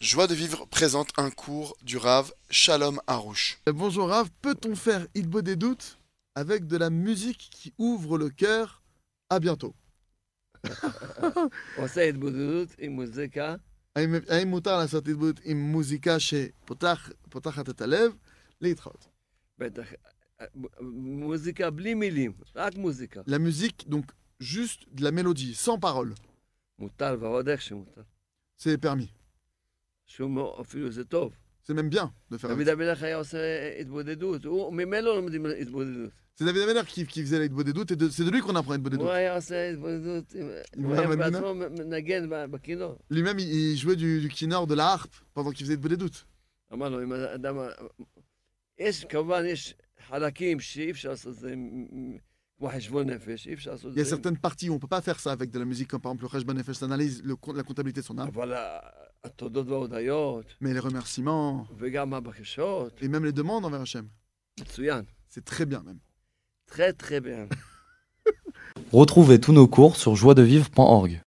Joie de vivre présente un cours du Rave Shalom Harouche. Bonjour Rav, peut-on faire Il beau des doutes avec de la musique qui ouvre le cœur À bientôt. עושה התבודדות עם מוזיקה, האם האם מותר לעשות התבודדות עם מוזיקה שפותחת את הלב? להתחרות. בטח, אה, מ- מוזיקה בלי מילים, רק מוזיקה. La musique, donc juste de la mélodie, sans parole, מותר ועוד איך שמותר. c'est permis. שהוא מאוד- אפילו זה טוב. C'est même bien de faire. דוד המלך היה עושה התבודדות, הוא ממנו לומדים התבודדות. C'est David Ameller qui, qui faisait l'Aïd Bodedout, et de- c'est de lui qu'on apprend l'Aïd הוא Bodedout. היה עושה התבודדות, עם- עם הוא היה המדינה? בעצמו מנגן ב- בכינור. Lui-même, il, il jouait du, du kinnor, de la harpe, pendant qu'il faisait l'Aïd Bodedout. אמר לו, אם האדם... ה- יש, כמובן, יש חלקים שאי אפשר לעשות את זה עם- עם- כמו חשבון נפש, אי אפשר לעשות Il y a את זה. עם- certaines parties où on ne peut pas faire ça avec de la musique, comme par exemple le Khajban Nefesh, l'analyse, le com- la comptabilité de son âme, אבל ה- התודות וההודיות, mais les remerciements, וגם הבקשות, et même les demandes envers Hachem. מצוין. C'est très bien même. Très très bien. Retrouvez tous nos cours sur joiedevivre.org.